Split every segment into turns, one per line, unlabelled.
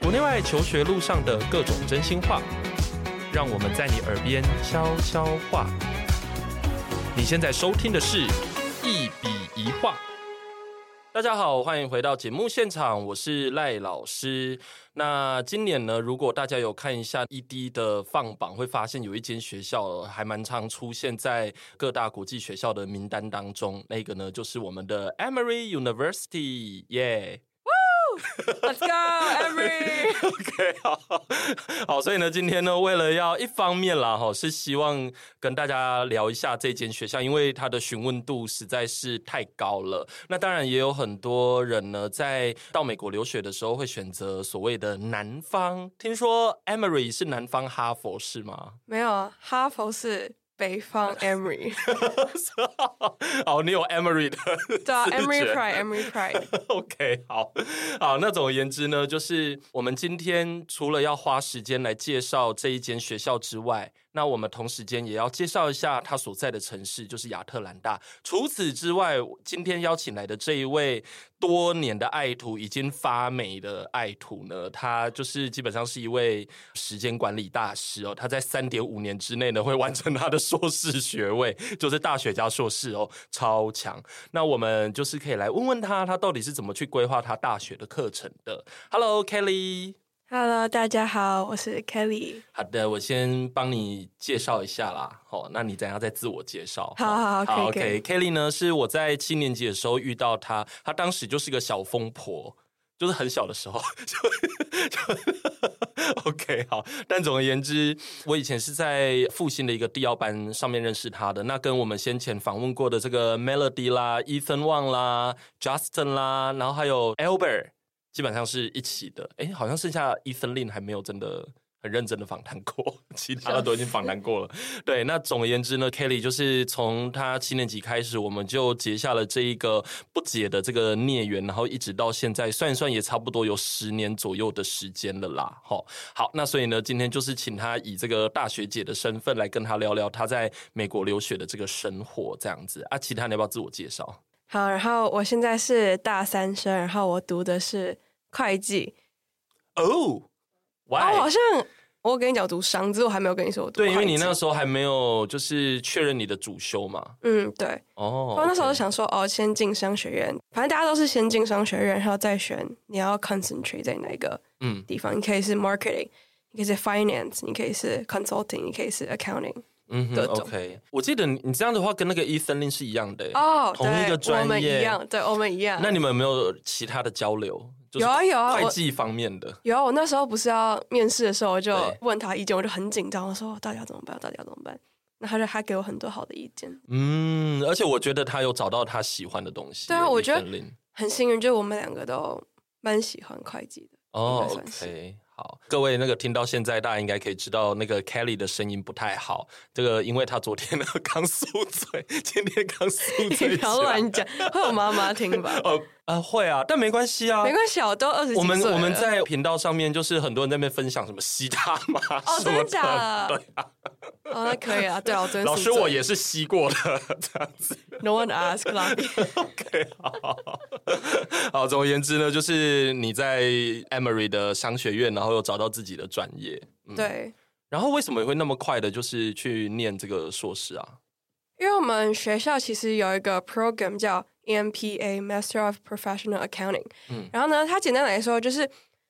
国内外求学路上的各种真心话，让我们在你耳边悄悄话。你现在收听的是《一笔一画》。大家好，欢迎回到节目现场，我是赖老师。那今年呢，如果大家有看一下 ED 的放榜，会发现有一间学校还蛮常出现在各大国际学校的名单当中。那个呢，就是我们的 Emory University，耶、
Let's go, Emery！
OK，好，好，所以呢，今天呢，为了要一方面啦，哈，是希望跟大家聊一下这间学校，因为它的询问度实在是太高了。那当然也有很多人呢，在到美国留学的时候会选择所谓的南方。听说 Emory 是南方哈佛是吗？
没有啊，哈佛是北方 Emery，
好，你有 Emory 的
对啊
自觉
，Emery Pride，Emery Pride，
OK，好好。那总而言之呢，就是我们今天除了要花时间来介绍这一间学校之外，那我们同时间也要介绍一下它所在的城市，就是亚特兰大。除此之外，今天邀请来的这一位多年的爱徒，已经发霉的爱徒呢，他就是基本上是一位时间管理大师哦。他在三点五年之内呢，会完成他的硕士学位，就是大学加硕士哦，超强。那我们就是可以来问问他，他到底是怎么去规划他大学的课程的。Hello Kelly，
Hello，大家好，我是 Kelly。
好的，我先帮你介绍一下啦。好，那你等一下再自我介绍。
好好好
好
可以
OK。Kelly 呢，是我在七年级的时候遇到他，他当时就是个小疯婆，就是很小的时候，就就 OK 好。但总而言之，我以前是在复兴的一个地奥班上面认识他的。那跟我们先前访问过的这个 Melody 啦、Ethan Wang 啦、Justin 啦，然后还有 Albert。基本上是一起的。哎，好像剩下 Ethan Lin 还没有真的很认真的访谈过，其他的都已经访谈过了。对，那总而言之呢，Kelly 就是从他七年级开始，我们就结下了这一个不解的这个孽缘，然后一直到现在，算一算也差不多有十年左右的时间了啦。好、好，那所以呢，今天就是请他以这个大学姐的身份来跟他聊聊他在美国留学的这个生活，这样子啊。其他你要不要自我介绍？
好，然后我现在是大三生，然后我读的是会计。
哦、哇。
啊，我好像我跟你讲我读商，只是我还没有跟你说我读
对，因为你
会计
那个时候还没有就是确认你的主修嘛。
嗯对，
哦，
我那时候就
OK
想说哦，先进商学院，反正大家都是先进商学院，然后再选你要 concentrate 在哪一个
嗯，
地方。你可以是 marketing，你可以是 finance，你可以是 consulting，你可以是 accounting。
嗯哼
各种
，OK。我记得你你这样的话跟那个 e t h a Lin 是一样的欸
哦，
同一
对
个专
我们
业
一样，对我们一样。
那你们有没有其他的交流？就是
有啊有啊，
会
我
计方面的。
有啊，我那时候不是要面试的时候，我就
对
问他意见，我就很紧张，我说到底要怎么办？到底要怎么办？那他就他给我很多好的意见，
嗯，而且我觉得他有找到他喜欢的东西。
对啊我觉得
Ethan Lin
很幸运，就是我们两个都蛮喜欢会计 的。
哦
应该算是
，OK，好，各位那个听到现在，大家应该可以知道那个 Kelly 的声音不太好，这个因为他昨天呢 刚宿醉，今天刚宿醉，
你不要乱讲，会有妈妈听吧？
呃呃，会啊，但没关系啊，
没关系啊，我都二十几
我
岁
们
了
我们在频道上面就是很多人在那边分享什么吸大麻
哦，
什
真
么
的假的？
对啊，
哦，那可以啊，对啊，我昨天
老师我也
是
是吸过的，这样 子。
No one asked，啦
OK，好，好。总而言之呢，就是你在 Emory 的商学院，然后又找到自己的专业，嗯，
对，
然后为什么会那么快的，就是去念这个硕士啊？
因为我们学校其实有一个 program 叫 EMPA Master of Professional Accounting，、
嗯
然后呢，它简单来说就是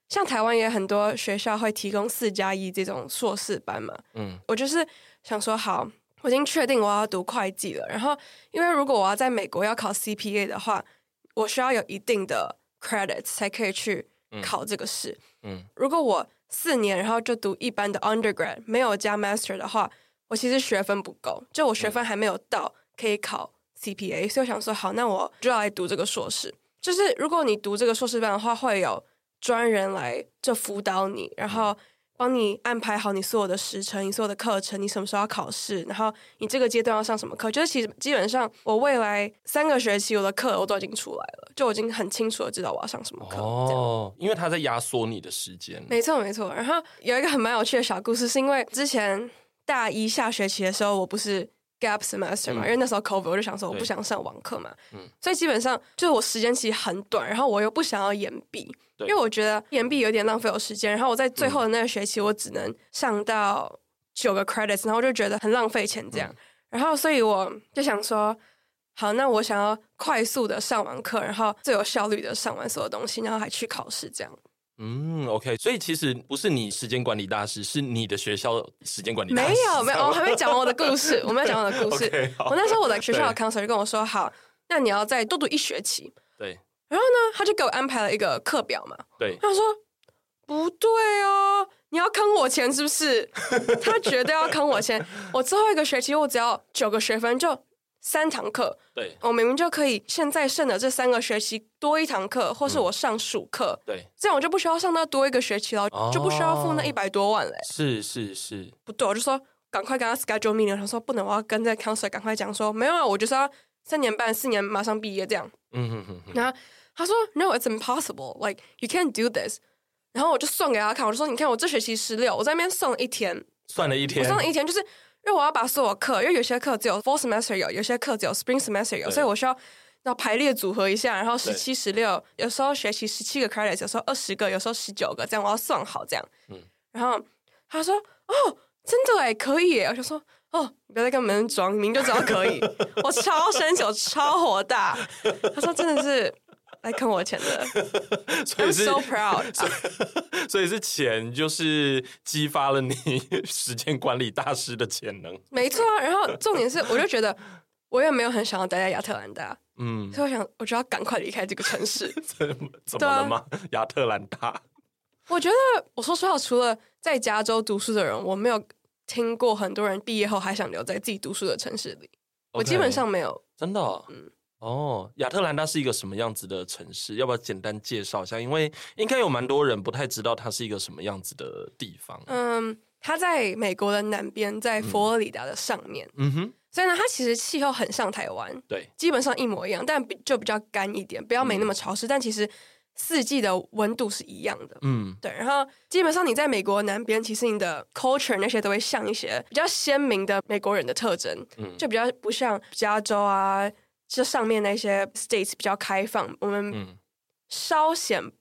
像台湾也很多学校会提供四加一这种硕士班嘛，
嗯
我就是想说好。我已经确定我要读会计了，然后因为如果我要在美国要考 CPA 的话，我需要有一定的 credits 才可以去考这个试。
嗯
如果我四年然后就读一般的 undergrad，没有加 master 的话，我其实学分不够，就我学分还没有到可以考 CPA，、所以我想说，好，那我就要来读这个硕士。就是如果你读这个硕士班的话，会有专人来就辅导你，然
嗯
后帮你安排好你所有的时程、你所有的课程、你什么时候要考试，然后你这个阶段要上什么课。就是其实基本上，我未来三个学期我的课我都已经出来了，就我已经很清楚的知道我要上什么课。这样
哦，因为他在压缩你的时间，
没错，没错。然后有一个很蛮有趣的小故事，是因为之前大一下学期的时候，我不是 gap semester 嘛，
嗯
因为那时候 COVID，我就想说我不
对
想上网课嘛，
嗯
所以基本上就是我时间其实很短，然后我又不想要延毕，因
对
为我觉得延毕有点浪费我时间，然后我在最后的那个学期我只能上到九个 credits，然后我就觉得很浪费钱这
嗯
样，然后所以我就想说。好，那我想要快速的上完课，然后最有效率的上完所有东西，然后还去考试，这样
嗯，OK，所以其实不是你时间管理大师，是你的学校时间管理
没
大师。
有没有，哦我还没讲完我的故 事，我没有讲完我的故事。
OK，好
我那时候我的学校的
对
counselor 就跟我说，好，那你要再多读一学期。
对
然后呢，他就给我安排了一个课表嘛。
对，
他说不对哦，你要坑我钱是不是？ 他绝对要坑我钱。我最后一个学期我只要九个学分，就三堂课，
对
我明明就可以现在剩的这三个学期多一堂课，或是我上数课，
对，
这样我就不需要上到多一个学期了，
哦
就不需要付那一百多万嘞。
是是是，
不对，我就说赶快跟他 schedule meeting，我想说不能，我要跟这个 counselor 赶快讲说没有啊，我就是要三年半、四年马上毕业这样。
嗯哼哼哼，
然后他说 No, it's impossible, like you can't do this。然后我就算给他看，我就说你看我这学期十六，我在那边算了一天，
算了一
我
天
算，了一天，就是因为我要把所有课，因为有些课只有 fall semester 有，有些课只有 spring semester 有，
对
所以我需要。要排列组合一下，然后十
对
七、十六，有时候学习十七个 credits，有时候二十个，有时候十九个，这样我要算好这样。
嗯
然后他说：“哦，真的哎，可以耶。”我就说：“哦，你不要再跟别人装，你明明就知道可以。”我超生气，我超火大。他说：“真的是来坑我钱 的
所以
，I'm
是
so proud。啊
所以是钱就是激发了你 时间管理大师的潜能。”
没错啊。然后重点是，我就觉得我也没有很想要待在亚特兰大，
嗯，
所以我想，我就要赶快离开这个 城市。
怎么怎
对
么
啊
了吗？亚特兰大，
我觉得，我说实话，除了在加州读书的人，我没有听过很多人毕业后还想留在自己读书的城市里。我基本
OK
上没有。
真的哦、
嗯
哦，亚特兰大是一个什么样子的城市？要不要简单介绍一下？因为应该有蛮多人不太知道它是一个什么样子的地方。
嗯，它在美国的南边，在佛罗里达的上面，
嗯哼，
所以呢，它其实气候很像台湾，
对，
基本上一模一样，但比就比较干一点，不要没那么潮湿，但其实四季的温度是一样的。
嗯，
对，然后基本上你在美国南边，其实你的 culture 那些都会像一些比较鲜明的美国人的特征，
嗯
就比较不像加州啊，这上面那些 states 比较开放，我们
嗯
稍显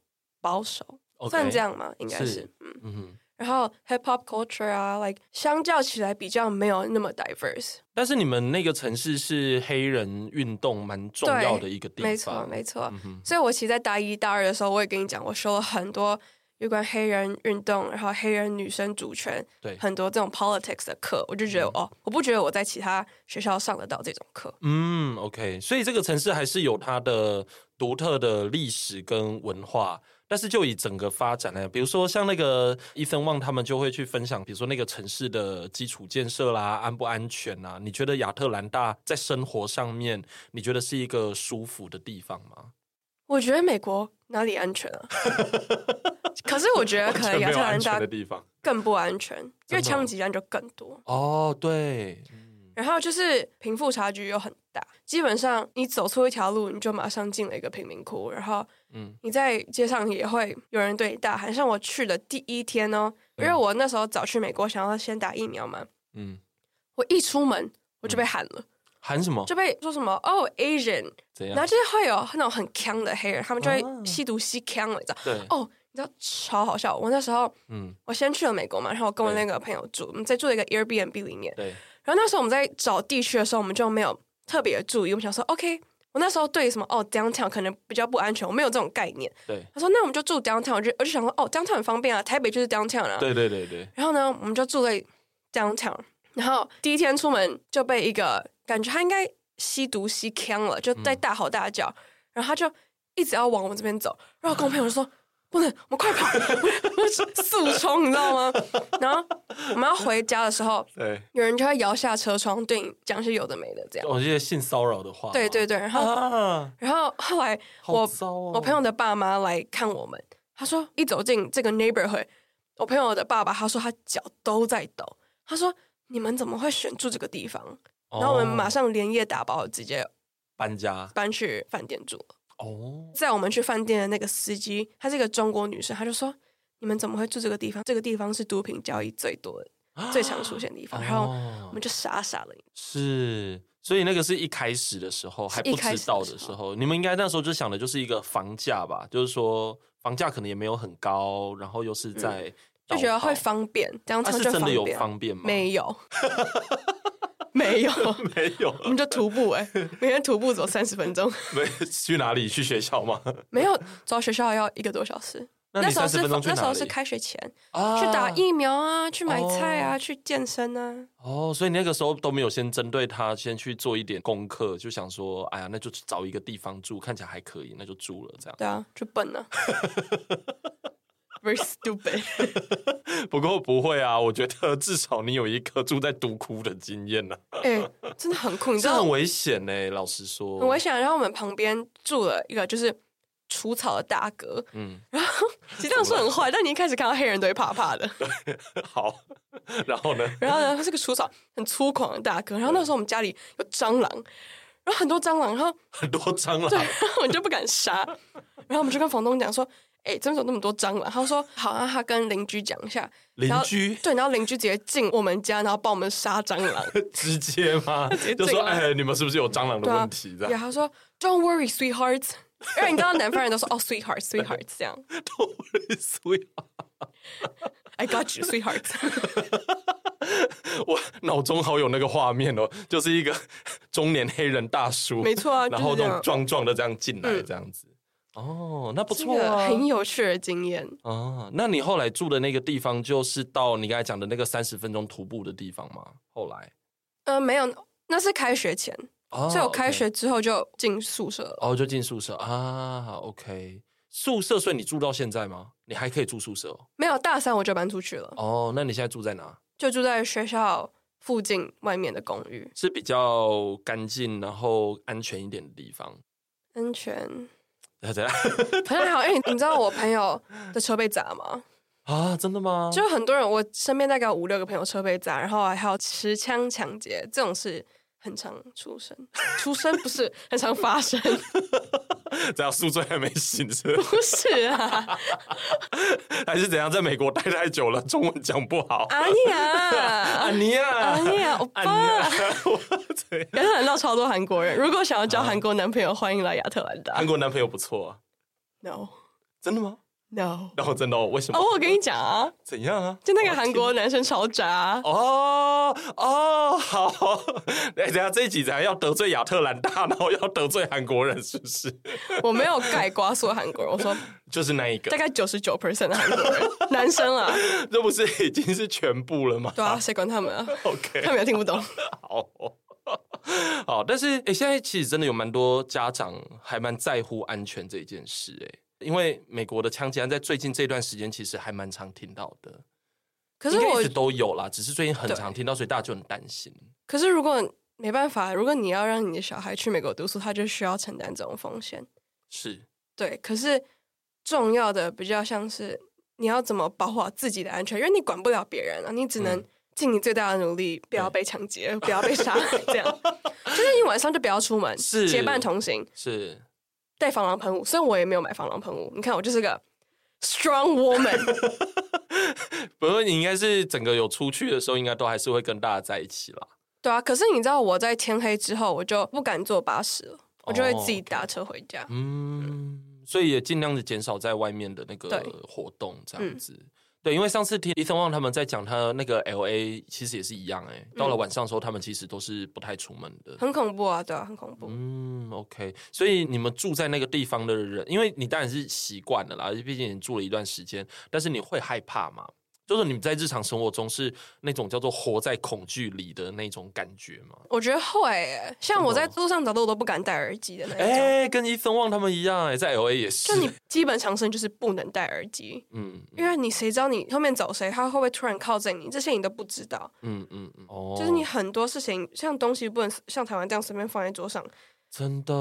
保守，
，OK，
算这，样吗？应该
是
是嗯。
嗯哼。
然后 hip hop culture 啊，like 相较起来比较没有那么 diverse。
但是你们那个城市是黑人运动蛮重要的一个地方，
没错，没错。
嗯哼，
所以我其实，在大一、大二的时候，我也跟你讲，我修了很多有关黑人运动，然后黑人女生主权，
对
很多这种 politics 的课，我就觉得、哦，我不觉得我在其他学校上得到这种课。
嗯，OK，所以这个城市还是有它的独特的历史跟文化。但是就以整个发展呢，比如说像那个伊森旺他们就会去分享，比如说那个城市的基础建设啦，安不安全啦、你觉得亚特兰大在生活上面，你觉得是一个舒服的地方吗？
我觉得美国哪里安全 啊？可是我觉得
完
可
全
能亚
没
特
有
兰
安全
大
的地方。
更不安全，因为
真的哦
枪击案就更多。
哦，对，嗯
然后就是贫富差距又很大，基本上你走错一条路，你就马上进了一个贫民窟。然后
嗯
你在街上也会有人对你大喊。像我去的第一天哦，因为我那时候早去美国，想要先打疫苗嘛，
嗯，
我一出门我就被喊了，
喊什么？
就被说什么哦 Asian，
怎
然后
样？
就是会有那种很强的黑人，他们就
哦
会吸毒吸强了，你知道？
对，
哦，你知道超好笑。我那时候
嗯，
我先去了美国嘛，然后我跟我那
对
个朋友住，我们在住了一个 Airbnb 里面。
对，
然后那时候我们在找地区的时候，我们就没有特别注意。我们想说，OK，我那时候对什么哦 downtown 可能比较不安全，我没有这种概念。
对，
他说那我们就住 downtown，我就我就想说哦 downtown 很方便啊，台北就是 downtown 啊。
对，对，对，对，
然后呢，我们就住在 downtown，然后第一天出门就被一个感觉他应该吸毒吸呛了，就在大吼大叫，然后他就一直要往我们这边走，然后我跟我朋友就说。 不能，我们快跑！我 我速冲，你知道吗？然后我们要回家的时候，
对。
有人就会摇下车窗对你讲些有的没的这样。
我这些性骚扰的话吗，
对对对，然后、
啊，
然后后来
好
我、
糟哦！
我朋友的爸妈来看我们，他说一走进这个 neighborhood，我朋友的爸爸他说他脚都在抖，他说你们怎么会选住这个地方？
哦，
然后我们马上连夜打包，直接
搬家
搬去饭店住了。
哦，
在我们去饭店的那个司机，她是一个中国女生，她就说你们怎么会住这个地方？这个地方是毒品交易最多的。
啊
最常出现的地方，然
哦
后我们就傻傻的。
是，所以那个是一开始的时候还
一
不
开
知
始的
道的
时
时候，你们应该那时候就想的就是一个房价吧，就是说房价可能也没有很高，然后又是在
嗯就觉得会
方，
方便，这样
它、
子
哦啊是
就
真的有
便。
方便吗？
没有， 没有，
没有，
我们就徒步哎、每天徒步走三十分 钟，
没去哪里？去学校吗？
没有走到学校要一个多小时。
那你
时候
三十
是
分钟去
那时
哪
候
里？
是开学前，
啊
去打疫苗啊，去买菜啊，
哦
去健身啊。
哦，所以你那个时候都没有先针对他先去做一点功课，就想说，哎呀，那就找一个地方住，看起来还可以，那就住了这样。
对啊，就笨 啊，very stupid。
不过不会啊，我觉得至少你有一个住在独窟的经验呢、
哎、真的很酷， 你知
这
道
很危险呢、老实说，
很危险啊。然后我们旁边住了一个就是除草的大哥，
嗯，
其实这样 说很坏，但你一开始看到黑人都会怕怕的。
好。 然后呢？
然后呢，他是个除草很粗犷的大哥。然后那时候我们家里有蟑螂，然后很多蟑螂，然后
很多蟑
对，
螂，
然后我们就不敢杀。然后我们就跟房东讲说：“哎、怎么有那么多蟑螂？”他说：“好啊。”他跟邻居讲一下，
邻
然后
居
对，然后邻居直接进我们家，然后帮我们杀蟑 螂。
直接 吗？
接
就说
进来
哎，你们是不是啊有蟑螂的问题？这
啊
样
然后他说：“Don't worry, sweethearts。”因为你知道南方人都说“哦，sweetheart, sweetheart” 这样
都会所以
，“I got you, sweetheart”。
我脑中好有那个画面哦，就是一个中年黑人大叔，
没错啊，就
然
是
后
这
那种
样
壮壮的这样进来，
嗯
这样子。哦，那不
这
错
个
啊。
很有趣的经验。
啊，那你后来住的那个地方，就是到你刚才讲的那个三十分钟徒步的地方吗？后来，
呃，没有，那是开学前，
哦
所以我开
OK
学之后就进宿舍了。
哦，就进宿舍啊。OK，宿舍，所以你住到现在吗？你还可以住宿舍哦。
没有大三我就搬出去了，
哦，那你现在住在哪？
就住在学校附近外面的公寓，
是比较干净，然后安全一点的地方。啊
安全
怎样
很好。因为你知道我朋友的车被砸吗？
啊？真的吗？
就很多人，我身边大概有五六个朋友车被砸，然后还有持枪抢劫这种事。很常出生，出生不是很常发生，
这样宿醉还没醒是不是
不是啊，
还是怎样？在美国待太久了，中文讲不好。
阿尼亚，
尼亚，
阿尼亚，欧
安
巴，
妮啊，我怎样？
亚特兰大超多韩国人，如果想要交韩国男朋友，欢迎来亚特兰大
韩。国男朋友不错、啊，
No
真的吗？
No，
然后真的、哦，为什么？
哦，我跟你讲啊，
怎样啊？
就那个韩国男生超渣啊，
哦哦，好， 哎，等一下这一集咱要得罪亚特兰大，然后要得罪韩国人，是不是？
我没有盖瓜所有韩国人，我说
就是那一
大
个，
概九十九 percent 的韩国人，男生啊，
这不是已经是全部了吗？
对啊，谁管他们啊？他
OK，
们也听不懂，
好。 好，但是哎、诶现在其实真的有蛮多家长还蛮在乎安全这一件事、诶因为美国的枪击案在最近这段时间其实还蛮常听到的，
可是
应该
我
一直，都有啦，只是最近很
对
常听到，所以大家就很担心。
可是如果没办法，如果你要让你的小孩去美国读书，他就需要承担这种风险，
是，
对。可是重要的比较像是你要怎么保护好自己的安全，因为你管不了别人啊，你只能
嗯
尽你最大的努力，不要被抢劫，不要被杀，这样。就是你晚上就不要出门，
是
结伴同行。
是，
带防狼喷雾，虽然我也没有买防狼喷雾。你看，我就是个 strong woman，
不过你应该是整个有出去的时候，应该都还是会跟大家在一起啦。
对啊。可是你知道，我在天黑之后，我就不敢坐巴士了，我就会
哦
自己搭车回家。
嗯，所以也尽量的减少在外面的那个
对嗯
活动，这样子。对，因为上次听 Ethan Wang 他们在讲他那个 L A，其实也是一样哎、到了晚上的时候，他们其实都是不太出门的。
嗯很恐怖啊，对啊，很恐怖。
嗯，OK，所以你们住在那个地方的人，因为你当然是习惯了啦，毕竟你住了一段时间，但是你会害怕吗？就是你们在日常生活中是那种叫做活在恐惧里的那种感觉吗？
我觉得会耶，像我在
真
路上走路，我都不敢戴耳机的那一种。
哎、跟伊森旺他们一样哎、在 L A 也是。
就你基本常识就是不能戴耳机，
嗯嗯
因为你谁知道你后面走谁，他会不会突然靠近你，这些你都不知道。
嗯嗯嗯，哦，
就是你很多事情，像东西不能像台湾这样随便放在桌上，
真的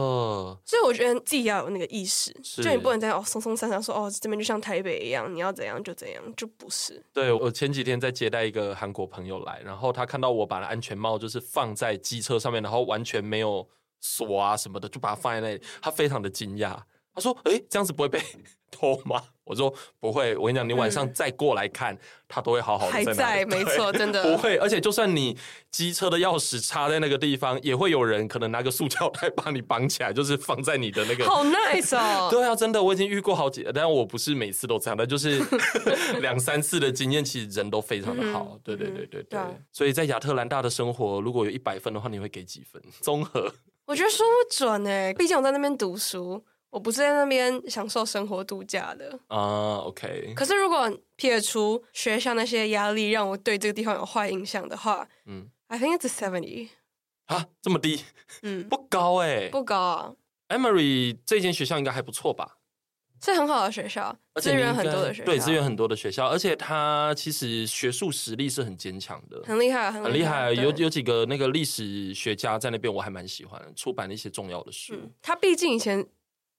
所以我觉得自己要有那个意识，
是
就你不能在哦松松散散说哦这边就像台北一样，你要怎样就怎样，就不是。
对我前几天在接待一个韩国朋友来，然后他看到我把安全帽就是放在机车上面，然后完全没有 锁啊什么的，就把它放在那里，他非常的惊讶，他说：“诶，这样子不会被偷吗？”我说不会，我跟你讲，你晚上再过来看，他都会好好的
嗯还
在那
在，
里。
没
对
错，真
不
的。
会，而且就算你机车的钥匙插在那个地方，也会有人可能拿个塑胶袋把你绑起来，就是放在你的那个。
好 nice 哦！
对啊，真的，我已经遇过好几，但我不是每次都这样，但就是 两三次的经验，其实人都非常的好。对对对对对，
嗯对啊
所以在亚特兰大的生活，如果有一百分的话，你会给几分？综合
我觉得说不准哎、毕竟我在那边读书，我不是在那边享受生活度假的。
啊、o k
可是如果撇除学校那些压力，让我对这个地方有坏印象的话，
嗯
嗯，I think it's a seventy，
啊，这么低，
嗯，
不高哎、
不高、啊，
Emory 这间学校应该还不错吧？
是很好的学校，
而且
资
你
源
应
很
该
多的学校，
对资源很多的学校，而且它其实学术实力是很坚强的，
很厉害，很
很厉害。
嗯
啊
对
有有几个那个历史学家在那边，我还蛮喜欢的，出版了一些重要的书。
嗯，他毕竟以前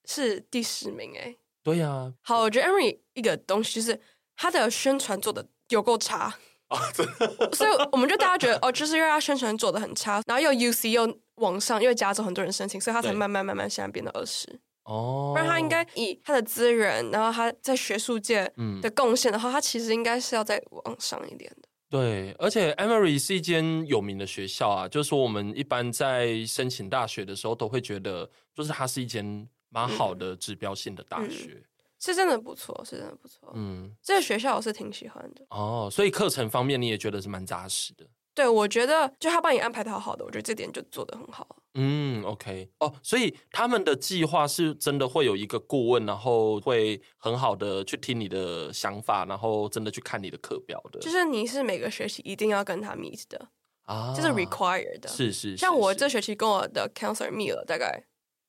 是第十名哎。
对呀、啊，
好，我觉得 Emery 一个东西就是他的宣传做的有够差，
哦
所以我们就大家觉得哦，就是因为他宣传做的很差，然后又 UC 又往上，因为加州很多人申请，所以他才
对
慢慢慢慢现在变到二十。
哦，
不然他应该以他的资源，然后他在学术界
嗯
的贡献的话，他其实应该是要再往上一点的。
对，而且 Emory 是一间有名的学校啊，就是说我们一般在申请大学的时候，都会觉得就是它是一间蛮
嗯
好的指标性的大学。
是真的不错，是真的不错。
嗯
这个学校我是挺喜欢的。
哦，所以课程方面你也觉得是蛮扎实的。
对，我觉得就他帮你安排的好好的，我觉得这点就做的很好了。
嗯，OK，哦，所以他们的计划是真的会有一个顾问，然后会很好的去听你的想法，然后真的去看你的课表的，
就是你是每个学期一定要跟他 meet 的，
啊，
这是 required 的。
是是，
像
是
我
是
这学期跟我的 counselor meet 了大概，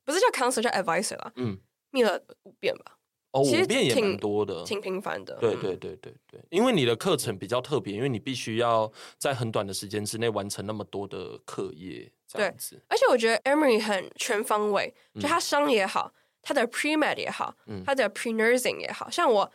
不是叫 counselor 叫 advisor 啦
嗯，
，meet 了五遍吧，
哦，
其
五
实
遍也蛮
挺
多的，
挺频繁的。
对
嗯
对对对对，因为你的课程比较特别，因为你必须要在很短的时间之内完成那么多的课业，这样
对
子，
而且我觉得 Emery 很全方位，就他商也好，他的 pre med 也好，
嗯
他的 pre nursing 也好，像我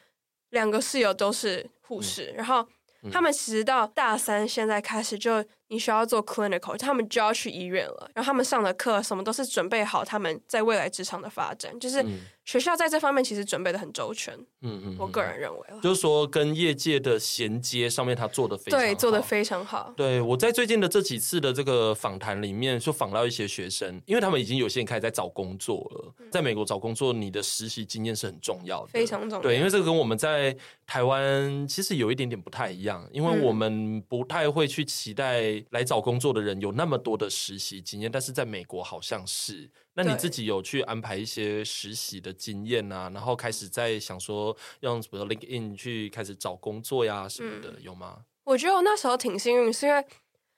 两个室友都是
嗯
护士，然后他们其实到大三现在开始就你需要做 clinical，他们就要去医院了，然后他们上的课什么都是准备好他们在未来职场的发展，就是
嗯
学校在这方面其实准备的很周全，
嗯嗯，
我个人认为了，
就是说跟业界的衔接上面，他做的非常
对，做的
好
非常好，
对，我在最近的这几次的这个访谈里面，就访到一些学生，因为他们已经有些人开始在找工作了。在美国找工作，你的实习经验是很重要的，
嗯非常重要
对，因为这个跟我们在台湾其实有一点点不太一样，因为
嗯
我们不太会去期待来找工作的人有那么多的实习经验，但是在美国好像是。那你
对
自己有去安排一些实习的经验啊，然后开始在想说用什么 LinkedIn 去开始找工作呀什么
嗯
的，有吗？
我觉得我那时候挺幸运，是因为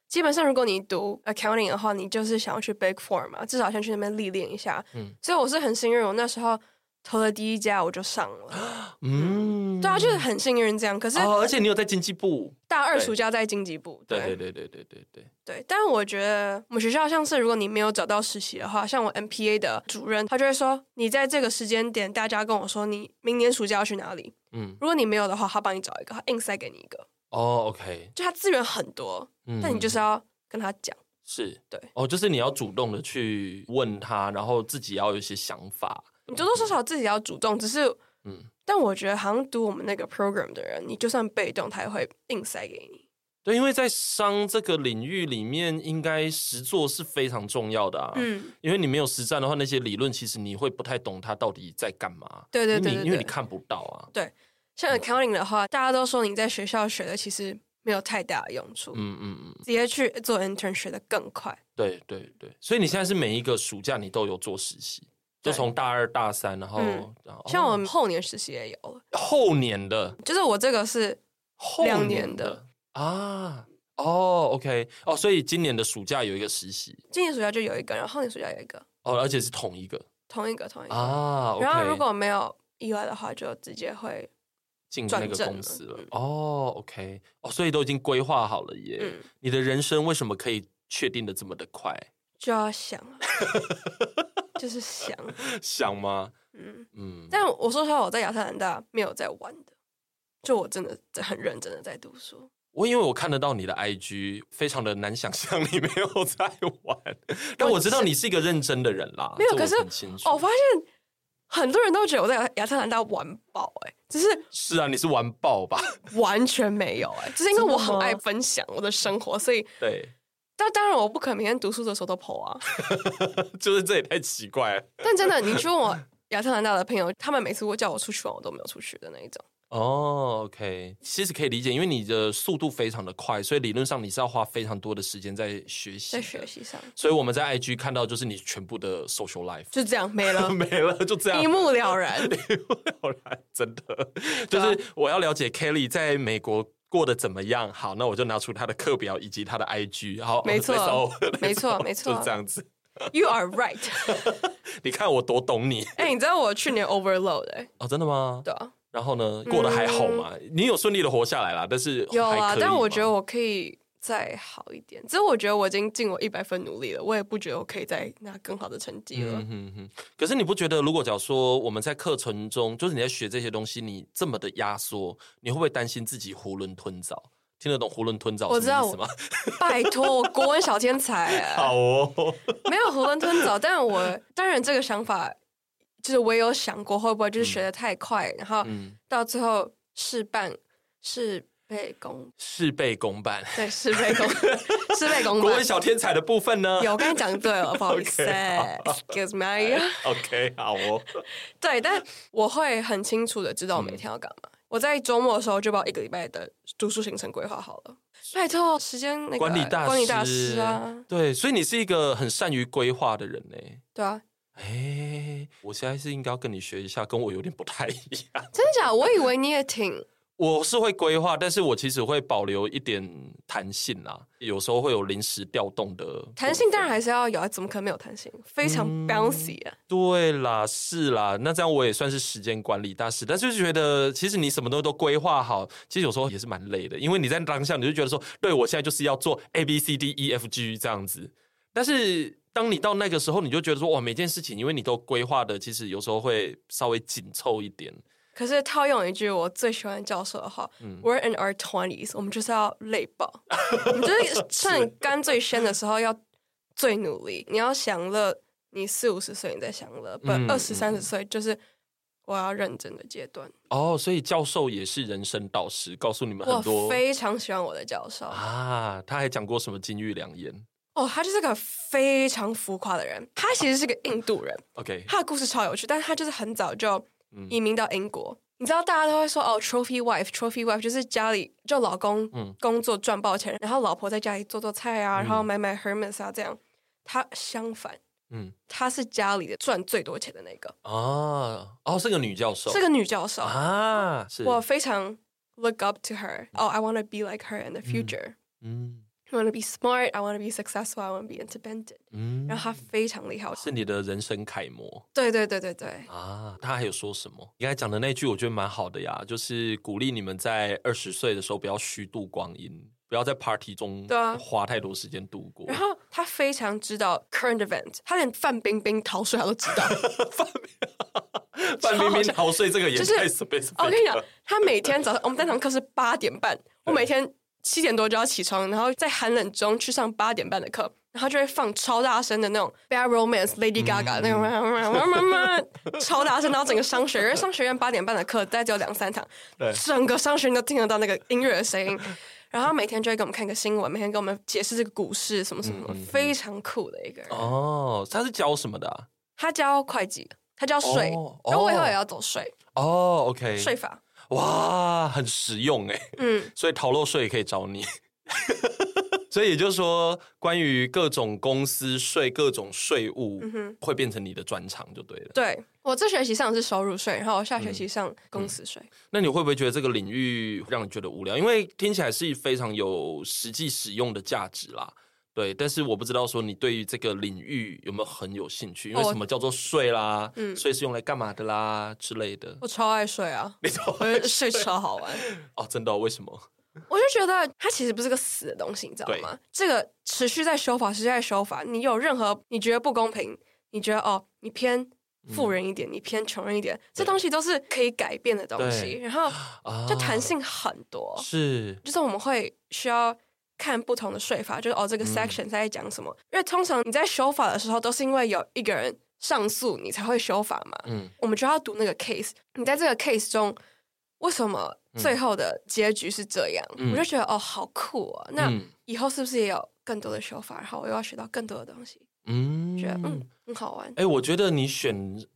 基本上如果你读 accounting 的话，你就是想要去 big four 嘛，至少先去那边历练一下。
嗯
所以我是很幸运，我那时候投了第一家我就上 了。
嗯，
对啊，就是很幸运这样。可是
哦，而且你有在经济部，
大二
对
暑假在经济部，
对对对对对对对，
对，但我觉得我们学校像是，如果你没有找到实习的话，像我 MPA 的主任，他就会说，你在这个时间点，大家跟我说你明年暑假要去哪里。
嗯，
如果你没有的话，他帮你找一个，他硬塞给你一个，
哦，OK，
就他资源很多，
嗯，
但你就是要跟他讲。
是
对
哦，就是你要主动的去问他，然后自己要有一些想法，
你多多少少自己要主动，只是，
嗯
但我觉得好像读我们那个 program 的人，你就算被动，他也会硬塞给你。
对，因为在商这个领域里面，应该实做是非常重要的啊，
嗯，
因为你没有实战的话，那些理论其实你会不太懂它到底在干嘛，
对对
因为
对
你
对
因为
对
你看不到啊，
像 accounting 的话，大家都说你在学校学的其实没有太大的用处，
嗯嗯嗯，
直接去做 intern 学的更快。
对对对，所以你现在是每一个暑假你都有做实习。就
对
从大二、大三，然后，
嗯
然后
像我们
哦
后年实习也有了，
后年的，
就是我这个是
后
两
年
年的
啊。哦，OK，哦，所以今年的暑假有一个实习，
今年暑假就有一个，然后后年暑假有一个，
哦，而且是同一个
同一个同一个。
啊。
然后
OK，
如果没有意外的话，就直接会
进那
转
个
正
公
了
司了
嗯，
哦，OK，哦，所以都已经规划好了耶。
嗯
你的人生为什么可以确定的这么的快？
就要想啊，就是想，
想吗？
嗯。
嗯，
但我说实话，我在亚特兰大没有在玩的，就我真的在很认真的在读书。
我因为我看得到你的 IG，非常的难想象你没有在玩，但我知道你是一个认真的人啦，
没有
这我
可是
很清楚
哦哦，我发现很多人都觉得我在亚特兰大玩爆、哎，只是
是啊，你是完爆吧？
完全没有、哎，就是因为我
真的
很
吗
爱分享我的生活，所以
对，
但当然我不可能每天读书的时候都 PO 啊。
就是这也太奇怪了
但真的，你去问我亚特兰大的朋友，他们每次叫我出去玩，我都没有出去的那一种。
哦。OK，其实可以理解，因为你的速度非常的快，所以理论上你是要花非常多的时间在学习
在
的。
学习上
所以我们在 IG 看到就是你全部的 social life
就这样没 了，
没了，就这样
一目了然。
不然真的就
对啊
是我要了解 Kelly 在美国过得怎么样。好，那我就拿出她的课表以及她的 IG，然后
没错
let's all-
没错
let's all，
没错
就是这样子。
You are right 。
你看我多懂你
哎、你知道我去年 overload 哎、
哦，真的吗？
对啊，
然后呢，过得还好吗？你有顺利的活下来啦，但是
嗯有
还
啊
可，以
但我
吗
觉得我可以再好一点。只是我觉得我已经尽我一百分努力了，我也不觉得我可以再拿更好的成绩了。
嗯哼哼，可是你不觉得，如果假如说我们在课程中，就是你在学这些东西，你这么的压缩，你会不会担心自己囫囵吞枣？听得懂囫囵吞枣
我
是什么
知
意思
道
吗？
拜托，我国文小 天才、哎，
好哦，
没有囫囵吞枣。但我当然这个想法，就是我也有想过会不会就是学的太快，然后
嗯，
到最后事半事倍功，
事倍功半。
对，事 倍功，事倍功
国
半
文。小天才的部分呢？
有，我刚才讲对了，不好 意思，excuse me。
OK，好哦。
对，但我会很清楚的知道我
嗯
每天要干嘛。我在周末的时候就把我一个礼拜的读书行程规划好了。拜托，时间那个
管理大师，欸
管理大师啊，
对，所以你是一个很善于规划的人呢。
对啊，
哎，我现在是应该要跟你学一下，跟我有点不太一样。
真的假的？我以为你也挺
我是会规划，但是我其实会保留一点弹性啦，有时候会有临时调动的
弹性，当然还是要有啊，怎么可能没有弹性？非常
嗯
bouncy 啊！
对啦，是啦，那这样我也算是时间管理大师，但是就觉得其实你什么东西都规划好，其实有时候也是蛮累的，因为你在当下你就觉得说，对我现在就是要做 A B C D E F G 这样子，但是当你到那个时候，你就觉得说，哇，每件事情因为你都规划的，其实有时候会稍微紧凑一点。
可是套用一句我最喜欢教授的话、w
嗯
e r e in our twenties，我们就是要累爆， 你就是趁干最鲜的时候要最努力。你要享乐，你四五十岁你在享乐，不
嗯
二十三
嗯
十岁就是我要认真的阶段。
哦，所以教授也是人生导师，告诉你们很
我
多
非常喜欢我的教授
啊，他还讲过什么金玉良言
哦，他就是个非常浮夸的人。他其实是个印度人，
？OK，
他的故事超有趣，但是他就是很早就
嗯
移民到英国。你知道大家都会说哦，trophy wife，trophy wife 就是家里就老公
嗯
工作赚爆钱，然后老婆在家里做做菜啊，然后买买 Hermes 啊这样。他相反，
嗯
他是家里的赚最多钱的那个，
啊，哦，是个女教授，
是个女教授。
啊，是
我非常 look up to her。哦、i want to be like her in the future、
嗯。
I want to be smart. I want to be successful. I want to be independent.
嗯
然后他非常厉害，
是你的人生楷模
对对对对对，
啊！他还有说什么？你刚才讲的那句，我觉得蛮好的呀，就是鼓励你们在二十岁的时候不要虚度光阴，不要在 party 中
对啊
花太多时间度过
然。后他非常知道 current event，他连范冰冰逃税他都知道。
范冰冰逃税这个也
就是
太 space，
哦我跟你讲，他每天早上我们那堂课是八点半，我每天七点多就要起床，然后在寒冷中去上八点半的课，然后就会放超大声的那种 Bad Romance Lady Gaga、那种，超大声，然后整个商学院商学院八点半的课大概只有两三堂
对，
整个商学院都听得到那个音乐的声音。然后他每天就会给我们看个新闻，每天给我们解释这个股市什么什么什么，非常酷的一个人。
哦，他是教什么的啊？
他教会计，他教税，
哦
然后我以后
哦
也要走税、
哦，OK，
税法。
哇，很实用哎。
嗯，
所以逃漏税也可以找你。 所以也就是说，关于各种公司税、各种税务，
嗯哼
会变成你的专长就对了。
对我这学期上的是收入税，然后我下学
嗯
期上公司税。
那你会不会觉得这个领域让你觉得无聊？因为听起来是非常有实际使用的价值啦。对，但是我不知道说你对于这个领域有没有很有兴趣，因为
哦
什么叫做税啦，
嗯
税是用来干嘛的啦之类的。
我超爱税啊，
你懂
我觉得税超好玩。
哦，真的哦、为什么？
我就觉得它其实不是个死的东西，你知道吗？这个持续在修法，持续在修法。你有任何你觉得不公平，你觉得哦，你偏富
嗯
人一点，你偏穷人一点，这东西都是可以改变的东西，
对
然 后
啊，
就弹性很多。
是
就是我们会需要看不
嗯
同的税法，就是哦这个 section 在讲什么，因为通常你在修法的时候，都是因为有一个人上诉，你才会修法嘛。
嗯
我们就要读那个 case。你在这个 case 中，为什么最后的结局是这样？
嗯
我就觉得哦，好酷哦！那
嗯
以后是不是也有更多的修法？然后我又要学到更多的东西，
嗯
觉得嗯很好玩。
哎、我觉得你选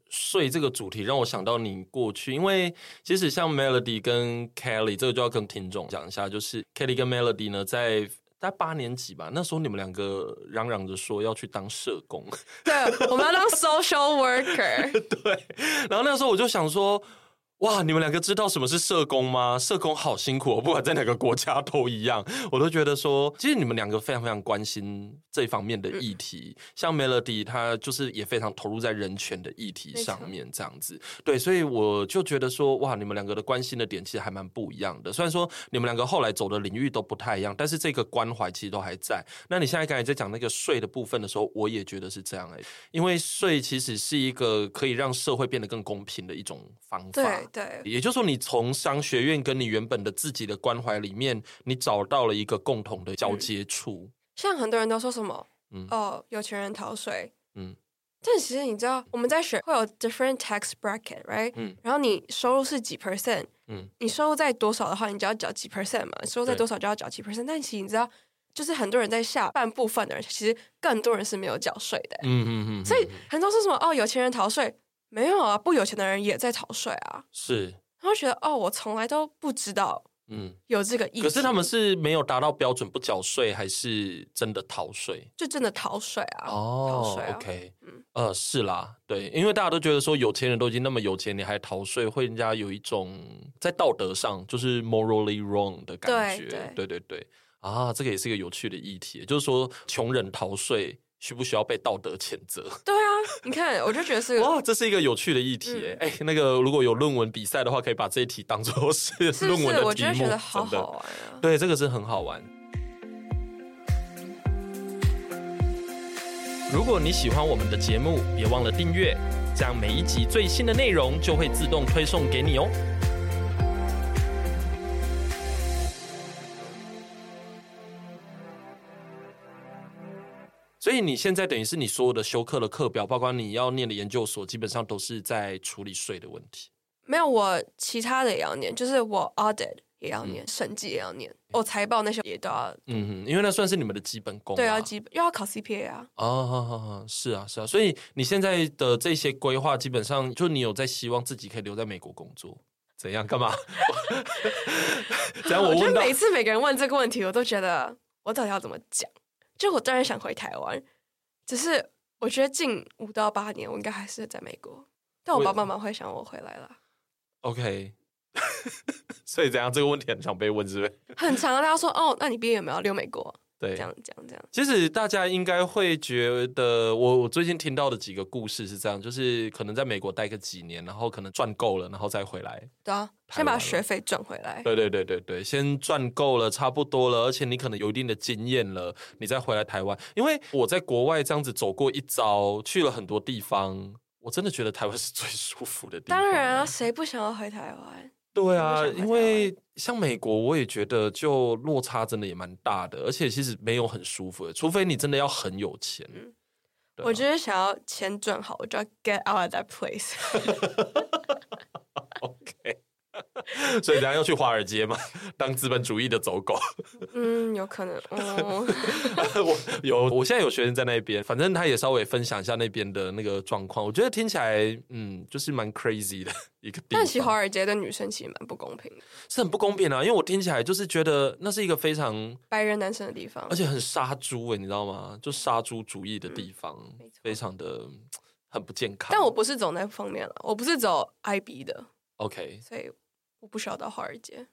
睡这个主题让我想到你过去，因为其实像 Melody 跟 Kelly，这个就要跟听众讲一下，就是 Kelly 跟 Melody 呢，在大概八年级吧，那时候你们两个嚷嚷着说要去当社工，
对，我们要当 social worker，
对，然后那时候我就想说。哇！你们两个知道什么是社工吗？社工好辛苦、哦，不管在哪个国家都一样。我都觉得说，其实你们两个非常非常关心这方面的议题。像 Melody，她就是也非常投入在人权的议题
没错
上面，这样子。对，所以我就觉得说，哇，你们两个的关心的点其实还蛮不一样的。虽然说你们两个后来走的领域都不太一样，但是这个关怀其实都还在。那你现在刚才在讲那个税的部分的时候，我也觉得是这样哎、因为税其实是一个可以让社会变得更公平的一种方法。
对对
也就是说，你从商学院跟你原本的自己的关怀里面，你找到了一个共同的
嗯
交接处。
像很多人都说什么，
嗯
哦，有钱人逃税，
嗯
但其实你知道我们在学会有 different tax bracket，right？
嗯
然后你收入是几 percent，
嗯
你收入在多少的话，你就要缴几 percent 嘛，收入在
对
多少就要缴几 percent。但其实你知道，就是很多人在下半部分的人，其实更多人是没有缴税的。
嗯嗯嗯，
所以很多说什么哦，有钱人逃税，没有啊，不有钱的人也在逃税啊。
是
他会觉得哦，我从来都不知道
嗯，
有这个意思，
可是他们是没有达到标准不缴税，还是真的逃税？
就真的逃税啊，逃税啊
o k
嗯
哦呃，是啦，对，因为大家都觉得说有钱人都已经那么有钱，你还逃税，会人家有一种在道德上就是 morally wrong 的感觉，
对对
对对对啊，这个也是一个有趣的议题，就是说穷人逃税需不需要被道德谴责？
对啊，你看，我就觉 得是个。
哇，这是一个有趣的议题
嗯
耶！哎、那个如果有论文比赛的话，可以把这一题当做是
是不
论文
是
的题目，？
我就觉得好
真的
好玩啊！
对，这个是很好玩。如果你喜欢我们的节目，别忘了订阅，这样每一集最新的内容就会自动推送给你哦。所以你现在等于是你所有的修课的课表，包括你要念的研究所，基本上都是在处理税的问题。
没有我其他的也要念，就是我 audit 也要念，审计也要念，我财报那些也都要，
嗯哼，因为那算是你们的基本功、
对啊，基本又要考 CPA 啊。
哦，好好好，是啊，是啊，所以你现在的这些规划，基本上就你有在希望自己可以留在美国工作，怎样？干嘛？ 怎样？我
觉
问
得
到
每次每个人问这个问题，我都觉得我到底要怎么讲？就我当然想回台湾，只是我觉得近五到八年，我应该还是在美国。但我
为
爸爸妈妈会想我回来了，
，OK，所以怎样？这个问题很常被问，是不是？
很长啊。大家说哦，那你毕业有没有留美国？
对，
这样这样这样，
其实大家应该会觉得，我我最近听到的几个故事是这样，就是可能在美国待个几年，然后可能赚够了，然后再回来，
对啊，
台湾
先把
了
学费赚回来。
对对对对对，先赚够了，差不多了，而且你可能有一定的经验了，你再回来台湾。因为我在国外这样子走过一遭，去了很多地方，我真的觉得台湾是最舒服的地方。
当然啊，，谁不想要回台湾？
对啊，
我想回台湾
因为像美国，我也觉得就落差真的也蛮大的，而且其实没有很舒服的，除非你真的要很有钱。
嗯
对啊
我就是想要钱赚好，我就要 get out of that place。
OK，所以等一下要去华尔街嘛，当资本主义的走狗。
嗯，有可能。嗯，
我有，我现在有学生在那边，反正他也稍微分享一下那边的那个状况。我觉得听起来，嗯，就是蛮 crazy 的 一个地
但其实华
方，
尔街对女生其实蛮不公平的，
是很不公平啊。因为我听起来就是觉得那是一个非常，
白人男生的地方
而。且很杀猪诶、欸你知道吗？就杀猪主义的地方，
没错
非常的嗯很不健康。
但我不是走那方面了，我不是走 IB 的，
OK
所以我不需要到华尔街，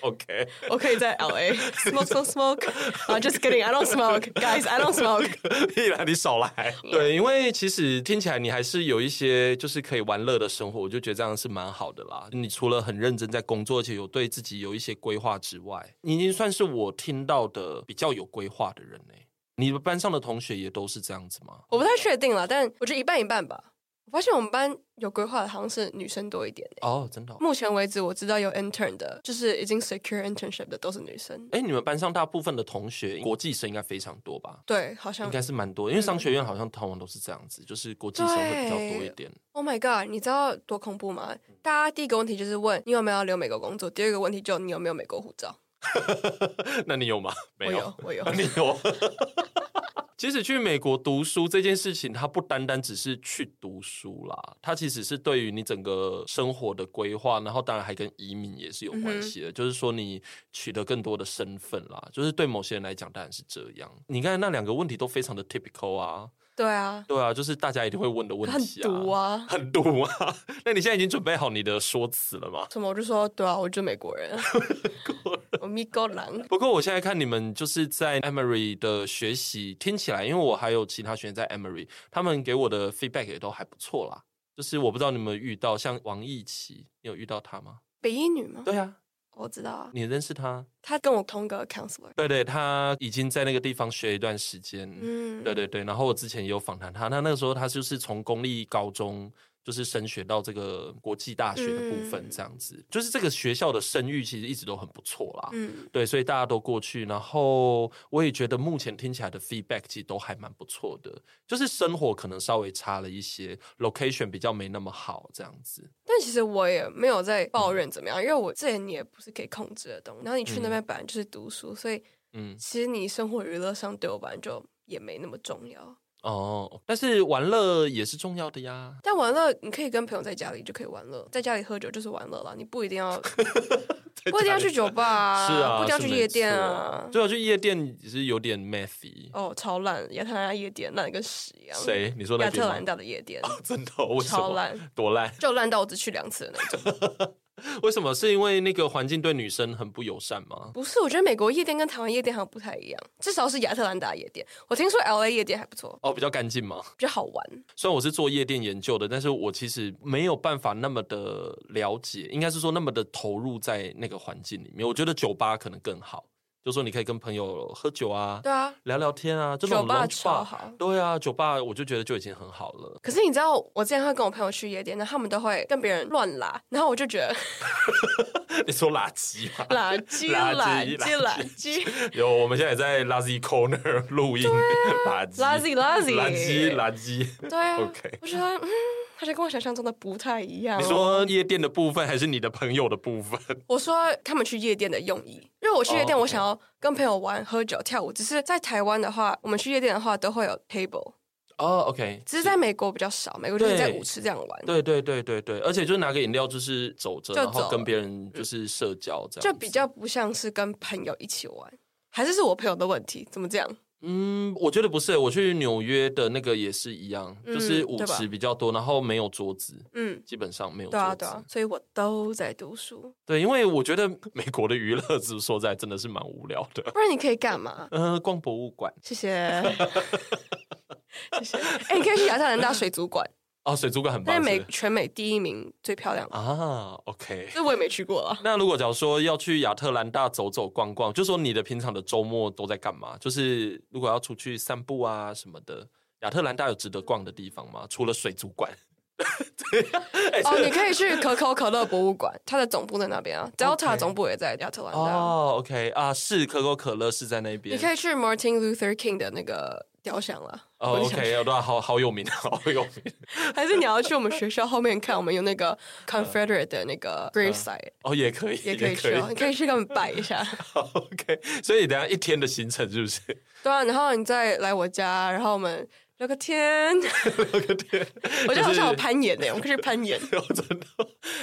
OK，
我可以在 LA smoke smoke smoke。啊、j u s t kidding，I don't smoke, guys, I don't smoke。
屁啦，你少来。
嗯
对，因为其实听起来你还是有一些就是可以玩乐的生活，我就觉得这样是蛮好的啦。你除了很认真在工作，而且有对自己有一些规划之外，你已经算是我听到的比较有规划的人嘞、你们班上的同学也都是这样子吗？
我不太确定了，但我觉得一半一半吧。我发现我们班有规划的好像是女生多一点欸、
哦，真的哦、
目前为止，我知道有 intern 的，就是已经 secure internship 的都是女生。
哎，你们班上大部分的同学国际生应该非常多吧？
对，好
应
像。
该是蛮
嗯
多，因为商学院好像通常都是这样子，就是国际生会比较多一点。
Oh my god！你知道多恐怖吗？
嗯
大家第一个问题就是问你有没有要留美国工作，第二个问题就你有没有美国护照。
那你有吗？没。
我有，我有
你有。其实去美国读书这件事情，它不单单只是去读书啦，它其实是对于你整个生活的规划，然后当然还跟移民也是有关系
嗯
的。就是说，你取得更多的身份啦，就是对某些人来讲，当然是这样。你刚才那两个问题都非常的 typical 啊，
对啊，
对啊，就是大家一定会问的 问
很
题啊，
毒啊！
很毒啊。 那你现在已经准备好你的说辞了吗？
什么？我就说对啊，我就是美国人， 我咪狗狼。
不过我现在看你们就是在 Emory 的学习，听起来，因为我还有其他学员在 Emory，他们给我的 feedback 也都还不错啦。就是我不知道你们有没有遇到像王艺琪，你有遇到她吗？
北一女吗？
对啊，
我知道啊，
你认识她？
她跟我同个 counselor。
对对，她已经在那个地方学一段时间。
嗯，
对对对，然后我之前也有访谈她，那那个时候她就是从公立高中。就是升学到这个国际大学的部分，
嗯
这样子，就是这个学校的声誉其实一直都很不错啦。
嗯，
对，所以大家都过去，然后我也觉得目前听起来的 feedback 其实都还蛮不错的，就是生活可能稍微差了一些，location 比较没那么好这样子。
但其实我也没有在抱
嗯
怨怎么样，因为我这也你也不是可以控制的东西。然后你去那边本来就是读书，所以
嗯，
其实你生活娱乐上对我本来就也没那么重要。
哦，但是玩乐也是重要的呀。
但玩乐，你可以跟朋友在家里就可以玩乐，在家里喝酒就是玩乐了，你不一 定要不一定要去酒吧、啊，
是啊，
不一定要
是
去
没
夜店
错
啊。
最好去夜店也是有点 mathy。
哦，超烂，亚特兰大夜店烂得跟屎一样。？
谁？你说那
亚
边
特
吗
兰大的夜店、
真的哦？为什
超
么？
烂，
多烂？
就烂到我只去两次的那种。
为什么？是因为那个环境对女生很不友善吗？
不是，我觉得美国夜店跟台湾夜店好像不太一样，至少是亚特兰大夜店。我听说 L A 夜店还不错，
哦，比较干净吗？
比较好玩。
虽然我是做夜店研究的，但是我其实没有办法那么的了解，应该是说那么的投入在那个环境里面。我觉得酒吧可能更好，就说你可以跟朋友喝酒啊，
对啊，
聊聊天啊，这种
酒吧
lounge
超好。
对啊，酒吧我就觉得就已经很好了。
可是你知道，我之前会跟我朋友去夜店，然后他们都会跟别人乱拉，然后我就觉得
你说垃圾吗？
垃圾、
垃圾
垃圾、
垃
垃 圾、
有，我们现在也在垃圾 corner 录音，垃圾，
垃圾、啊垃圾、
垃圾，垃圾。
对啊
OK
我觉得，嗯，好像跟我想象中的不太一样。
你，说夜店的部分还是你的朋友的部分？
我说他们去夜店的用意，因为我去夜店，
哦
我想要跟朋友玩、喝酒、跳舞。只是在台湾的话，我们去夜店的话都 会有 table，
哦，OK，
只是在美国比较少，美国就是在
对
舞池这样玩。
对对对对对，而且就是拿个饮料，就是走着，
就
然后
走
跟
了
别人就是社交这样子，
就比较不像是跟朋友一起玩，还是是我朋友的问题？怎么这样？
嗯，我觉得不是，我去纽约的那个也是一样，就是
嗯
舞
对吧
池比较多，然后没有桌子。
嗯，
基本上没有
对
桌子，
啊，对啊，所以我都在读书，
对因为我觉得美国的娱乐， 是说实在真的是蛮无聊的。
不然你可以干嘛？
呃，逛博物馆
谢 谢，谢谢。哎、你可以去亚特兰大水族馆，
哦，水族馆很
那
棒
是
是
美
不是
全美第一名，最漂亮的。
啊，OK。
这我也没去过 啊。
那如果假如说要去亚特兰大走走逛逛，就说你的平常的周末都在干嘛？就是如果要出去散步啊什么的，亚特兰大有值得逛的地方吗？除了水族馆？对
哦，
哎
你可以去可口可乐博物馆，它的总部在那边啊，Delta 总部也在亚特兰
这
大。
哦，OK 啊，是可口可乐是在那边
你。可以去 Martin Luther King 的那个雕像了。
哦
我就想
，OK，对啊， 好好有名，好有名。
还是你要去我们学校后面看，我们有 那个
嗯
Confederate 的那个 gravesite，、
哦，也可以，
也可以去哦，你可以去给我们拜 一下。
好 OK，所以等一下一天的行程是不是？
对啊，然后你再来我家，然后我们聊 个天。我觉得好像有攀岩呢、我们可以去攀岩，
我真的，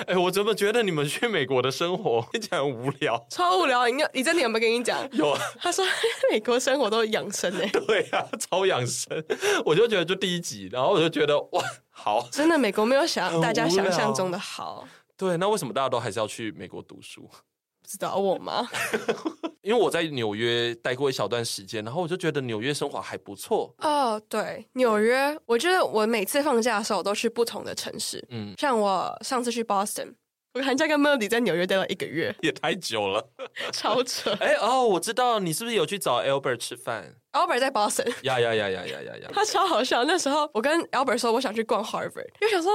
哎，我怎么觉得你们去美国的生活听起来很无聊？
超无聊。你你真的有没有跟你讲？
有啊。
他说 美国生活都是养生呢、
对啊，超养生。 我就觉得就第一集，然后我就觉得哇，好
真的美国没有想
很
大家
无聊
想象中的好。
对。那为什么大家都还是要去美国读书？
不知道我 吗？
因为我在纽约待过一小段时间，然后我就觉得纽约生活还不错。
哦、对，纽约，我觉得我每次放假的时候我都去不同的城市。
嗯
像我上次去 Boston，我寒假跟 Melody 在纽约待了一个月，
也太久了。
超扯。
哎、哦，我知道你是不是有去找 Albert 吃饭？
Albert 在 Boston，
呀呀呀呀呀呀呀！
他超好笑。那时候我跟 Albert 说我想去逛 Harvard，因为想说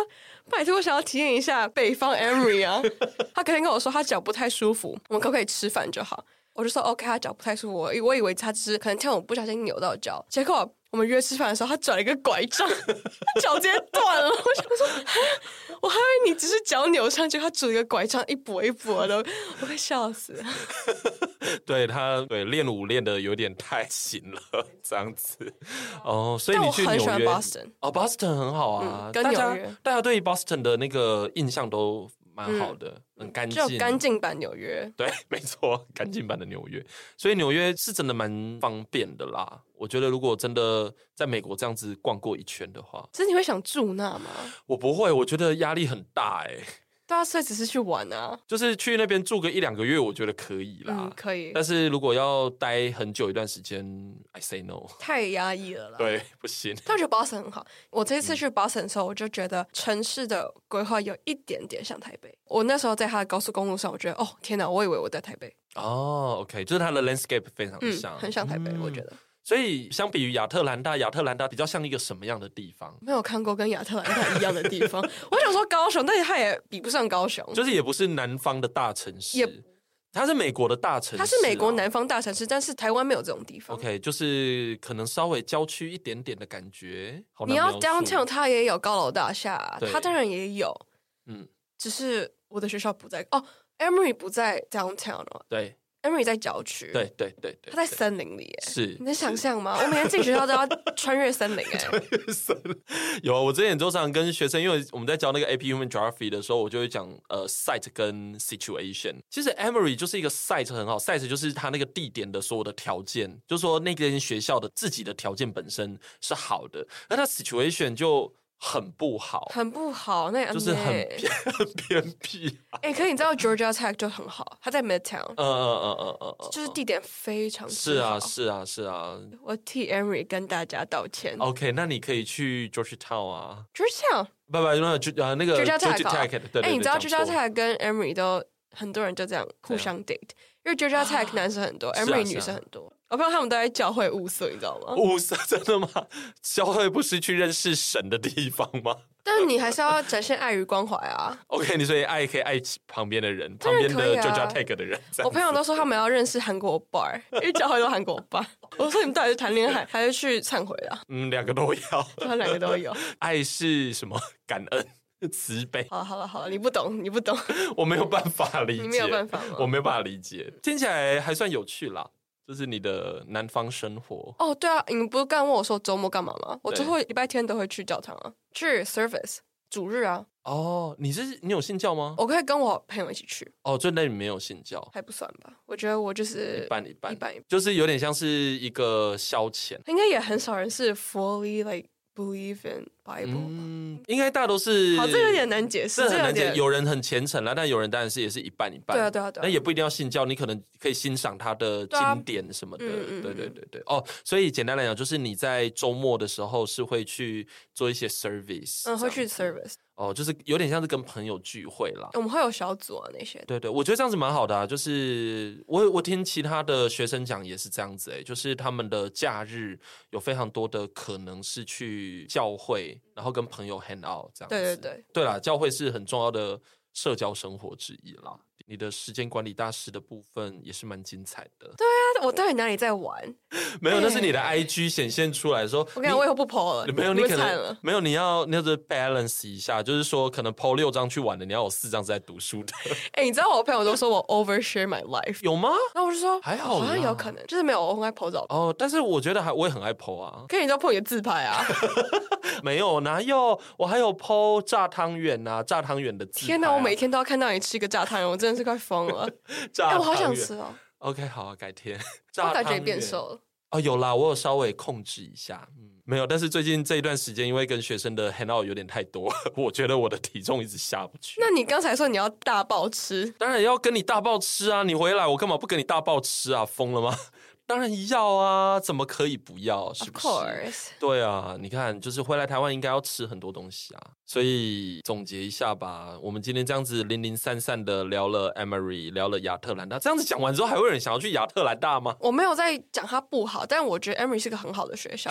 拜托我想要体验一下北方 Emory 啊。他隔天跟我说他脚不太舒服，我们可不可以吃饭就好？我就说 OK，他脚不太舒服，我以我以为他只是可能跳舞不小心扭到脚，结果。我们约吃饭的时候，他转了一个拐杖，他脚直接断了。我想说，哈我还以为你只是脚扭伤，结果他拄了一个拐杖，一跛一跛的，我快笑死了。
对他，对练舞练的有点太行了， 这样子。哦，所以
但
你
我
去
很喜
纽
欢
约
Boston
哦，Boston 很好啊，
嗯跟
大家
纽约
大家对 Boston 的那个印象都蛮好的，很干
就
净，
嗯干。净版纽约，
对， 没错，干净版的纽约，所以纽约是真的蛮方便的啦。我觉得如果真的在美国这样子逛过一圈的话，
其实你会想住那吗？
我不会，我觉得压力很大哎、
对啊，所以只是去玩啊。
就是去那边住个一两个月，我觉得可以啦。
嗯，可以，
但是如果要待很久一段时间，I say no，
太压抑了啦。，
对，嗯不行。
但我觉得 Boston 很好。我这一次去 Boston 的时候，我就觉得城市的规划有一点点像台北。我那时候在它的高速公路上，我觉得哦天哪，我以为我在台北，
哦，OK，就是它的 landscape 非常
嗯
像，，
很像台北，
嗯
我觉。得
所以相比于亚特兰大，亚特兰大比较像一个什么样的地方？
没有看过跟亚特兰大一样的地方。 我想说高雄，但是它也比不上高雄，
就是也不是南方的大城市，
也
它是美国的大城市啊，
它是美国南方大城市，但是台湾没有这种地方。
OK，就是可能稍微郊区一点点的感觉。好难
你要
描述
downtown，它也有高楼大厦啊，
对
它当然也有，
嗯，
只是我的学校不在哦，Emory 不在 downtown 哦
对
，Emory 在郊区，，
对对对对，
它在
对
森林里耶，
是
你能想象吗？我每天进学校都要穿越森林哎，
有啊，我之前周常跟学生，因为我们在教那个 AP Human Geography 的时候，我就会讲呃 site 跟 situation。其实 Emory 就是一个 site 很好，site 就是它那个地点的所有的条件，就是说那间学校的自己的条件本身是好的，那它 situation 就很不 好，
很不好，那也
就是很
哎
偏很偏僻。
哎，可是你知道 Georgia Tech 就很好，它在 Midtown，
嗯嗯嗯嗯嗯嗯，
就是地点非常之
是啊
好
是啊是啊。
我替 Emory 跟大家道歉
OK，那你可以去 Georgetown 啊，
，Georgia，
不不，那就啊那个
Georgia Tech 啊
Tech，对对
哎，
对，
你知道
讲错啊
Georgia Tech 跟 Emory 都很多人就这样互相 date，因为 Georgia Tech 男生很多
是啊
，Emory
是啊
女生很多，我朋友他们都在教会物色，你知道吗？
五色真的吗？教会不是去认识神的地方吗
但是你还是要展现爱与关怀啊！
？OK，你所以爱可以爱旁边的人，
当
旁
然
边
可以
的
啊
Georgia Tech 的人。这样
我朋友都说他们要认识韩国 bar，因为教会都韩国 bar。我说你们到底是谈恋爱还是去忏悔啊？
嗯，两个都要。
他们两个都有。
爱是什么？感恩、慈悲，
好了好了好了，你不懂你不懂，
我没有办法理解，
你没有办法吗
我没有办法理解。听起来还算有趣啦，就是你的南方生活。
哦对啊，你们不是刚问我说周末干嘛吗？我
对
最后礼拜天都会去教堂啊，去 service 主日啊，
哦，你是你有信教吗？
我可以跟我朋友一起去，
哦，就那里没有信教，
还不算吧？我觉得我就
一
是
半一半，
一半一半
就是有点像是一个消遣。
应该也很少人是 fully like believe in Bible 吧。
嗯，应该大家都是。
好，这有点难解释，
这很
有
难
点
解，有人很虔诚啦，但有人当然是也是一半一半。
对啊对啊对啊
那也不一定要信教，你可能可以欣赏他的
对啊
经典什么的。
嗯嗯嗯
对对对对。哦，所以简单来讲，就是你在周末的时候是会去做一些 service，
嗯，会
这
去
样子
service，
哦，就是有点像是跟朋友聚会啦。
我们会有小组啊那些的。
对对，我觉得这样子蛮好的啊。就是我我听其他的学生讲也是这样子、欸，就是他们的假日有非常多的可能是去教会，然后跟朋友 hang out 这样子。
对对对，
对啦，教会是很重要的社交生活之一啦。你的时间管理大师的部分也是蛮精彩的。对，
但 我到底哪里在玩？
没有，那是你 的 IG 显现出来说，
我跟你讲，我以后不 PO 了，
没有，你
们
可
惨
能
了。
没有，你要那就是 balance 一下，就是说可能 PO 六张去玩的，你要有四张是在读书的，
哎、你知道我朋友都说我 overshare my life，
有吗？
然后我就说
还好啦
好像有可能，就是没有我很爱 PO 照片。
哦，但是我觉得还我也很爱 PO 啊，
可以你都 PO 你的自拍 啊！
没有哪有，我还有 PO 炸汤圆呐、啊，炸汤圆的自
天
哪、
哪，我每天都要看到你吃一个炸汤圆，我真的是快疯 了！
炸
哎、
汤圆、
我好想吃哦，
OK，好、啊，改天。
我
炸
感觉
汤
也变
圆
瘦了。
哦，有啦，我有稍微控制一下，嗯，没有。但是最近这一段时间，因为跟学生的 hang out 有点太多， 我觉得我的体重一直下不去。
那你刚才说你要大爆吃，
当然要跟你大爆吃啊！你回来，我干嘛不跟你大爆吃啊？疯了吗？ 当然要啊，怎么可以不要？是
Of
不是
course，
对啊，你看，就是回来台湾应该要吃很多东西啊。所以总结一下吧，我们今天这样子零零散散的聊了 Emery，聊了亚特兰大，这样子讲完之后，还会有人想要去亚特兰大吗？
我没有在讲它不好，但我觉得 Emory 是个很好 的学校，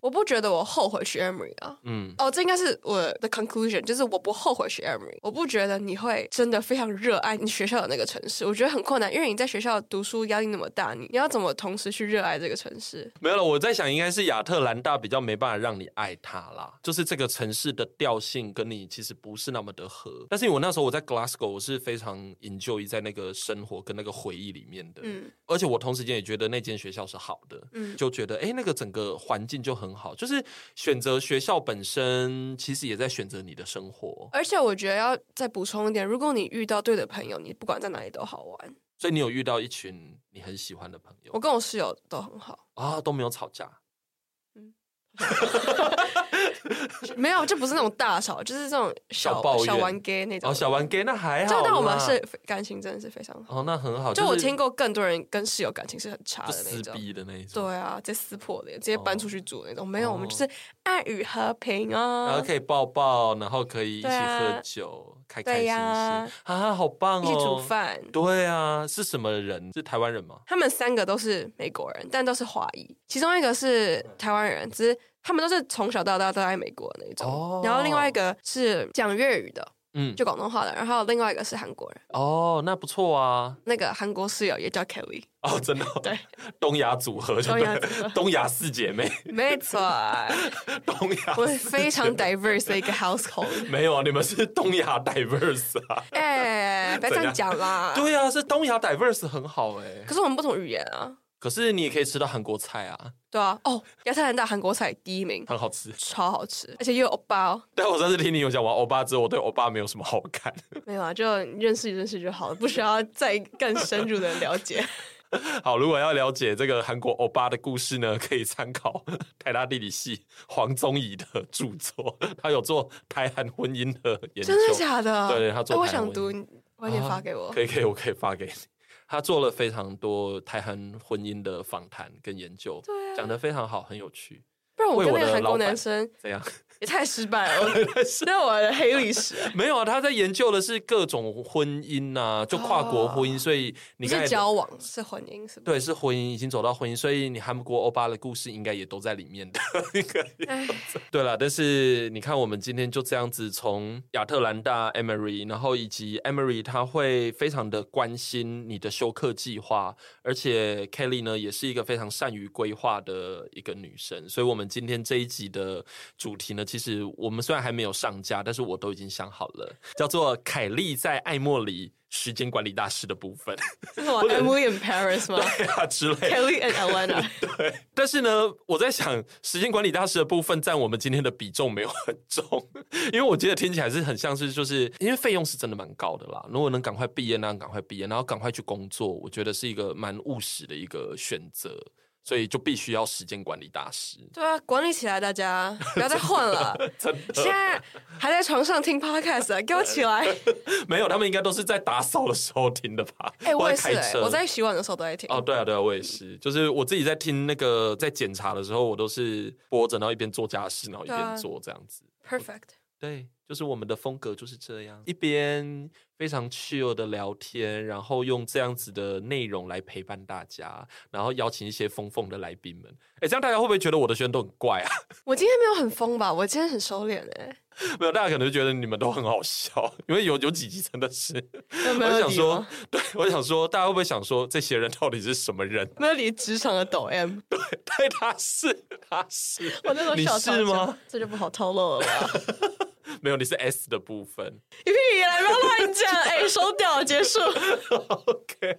我不觉得我后悔去 Emory 啊。
嗯，
哦，这应该是我的 conclusion，就是我不后悔学 Emory，我不觉得你会真的非常热爱你学校的那个城市，我觉得很困难，因为你在学校读书压力那么大，你你要怎么同时去热爱这个城市？
没有了。我在想，应该是亚特兰大比较没办法让你爱它啦，就是这个城市的调性跟你其实不是那么的合。但是我那时候我在 Glasgow，我是非常 enjoy 在那个生活跟那个回忆里面的。
嗯
而且我同时间也觉得那间学校是好的，
嗯
就觉得诶，那个整个环境就很好，就是选择学校本身，其实也在选择你的生活。
而且我觉得要再补充一点，如果你遇到对的朋友，你不管在哪里都好玩。
所以你有遇到一群你很喜欢的朋
我
友
跟我室友都很好，
啊，都没有吵架，
没有，就不是那种大吵，就是这种
小
小
抱怨
小玩 gay 那种。
哦，小玩 gay 那还好啦，
就但我们是感情真的是非常好。
哦，那很好，
就我
是
听过更多人跟室友感情是很差
就
的那
撕
种。
逼的那一种，
对啊，直接撕破脸，直接搬出去住那种。没有，我们就
哦啊
是爱与和平
然后
哦。
可以抱抱，然后可以一起
对啊
喝酒，开开心
对
心
呀
啊，好棒
一
哦，
起煮，饭。
对啊，是什么人？是台湾人吗？
他们三个都是美国人，但都是华裔，其中一个是
嗯
台湾人，只是他们都是从小到大都在美国那一种。
哦
然后另外一个是讲粤语的，
嗯，
就广东话的，然后另外一个是韩国人，
哦，那不错啊，
那个韩国室友也叫 Kelly，
哦，真的、哦，
对，
东亚组合就
东
对
亚
了，
组合
东亚四姐 妹，
没 错，
东亚
我
四
非常 diverse 的一个 household。
没有啊，你们是东亚 diverse 啊？
哎、不要这样讲啦。
对啊，是东亚 diverse 很好哎、
可是我们不同语言啊。
可是你也可以吃到韩国菜啊，
对啊，哦，亚特兰大韩国菜第一名，
很好吃。
超好吃，而且又有欧巴哦。
但我上次听你有讲完欧巴之后，我对欧巴没有什么好感。
没有啊，就认识认识就好了，不需要再更深入的 了解。
好，如果要了解这个韩国欧巴的故事呢， 可以参考台大地理系黄宗仪的著作，他有做台韩婚姻的研究。
真的假的？
对他做
哎我
台湾
想读，
文
你晚点发给我。
可以可以，我可以发给你。他做了非常多台韩婚姻的访谈跟研究，
对啊
讲的非常好，很有趣。
不然我
为
跟
我
那个
的
韩
老
国
板
男生
怎样？
也太失 败了，我那我的黑历史。
没有啊，他在研究的是各种婚姻呐、就跨国婚姻，所以你
哦不
刚才
是交往，是婚姻，是吧？
对是婚姻，已经走到婚姻，所以你韩国欧巴的故事应该也都在里面的。 你可以
哎，
对了，但是你看，我们今天就这样子从亚特兰大 Emory，然后以及 Emory，他会非常的关心你的休克计划，而且 Kelly 呢也是一个非常善于规划的一个女生，所以我们今天这一集的主题呢，其实我们虽然还没有上架，但是我都已经想好了，叫做凯莉在爱默里时间管理大师的部分，
是什么 Emily in Paris 吗
对啊之类的。
？Kelly and Elena，
但是呢，我在想，时间管理大师的部分占我们今天的比重没有很重，因为我觉得听起来是很像是，就是因为费用是真的蛮高的啦。如果能赶快毕业，那赶快毕业，然后赶快去工作，我觉得是一个蛮务实的一个选择，所以就必须要时间管理大 师。
对啊，管理起来，大家不要再混 了。
真的
现在还在床上听 podcast，的给我起来！
没有，他们应该都是在打扫的时候听的吧？
哎、我也是、
或者开
哎，
车
我在洗碗的时候都在听。
哦，对啊，对啊，我也是，就是我自己在听那个在检查的时候，我都是播着，然后一边做家事，然后一
对啊
边做这样子。
Perfect。
对，就是我们的风格就是这样，一边非常 chill 的聊天，然后用这样子的内容来陪伴大家，然后邀请一些疯疯的来宾们。哎，这样大家会不会觉得我的宣都很怪啊？
我今天没有很疯吧？我今天很收敛哎、
没有，大家可能觉得你们都很好笑， 因为有有几集真的是，
有
我
没有
想说， 对我想说，大家会不会想说这些人到底是什么人？
没有理职场的抖 M，
对，他是他是，
我那时候
你
笑超
是
久
吗？？
这就不好透露了吧？
没有，你是 S 的部分。
你屁啦！不要乱讲，哎、收掉，结束。
OK，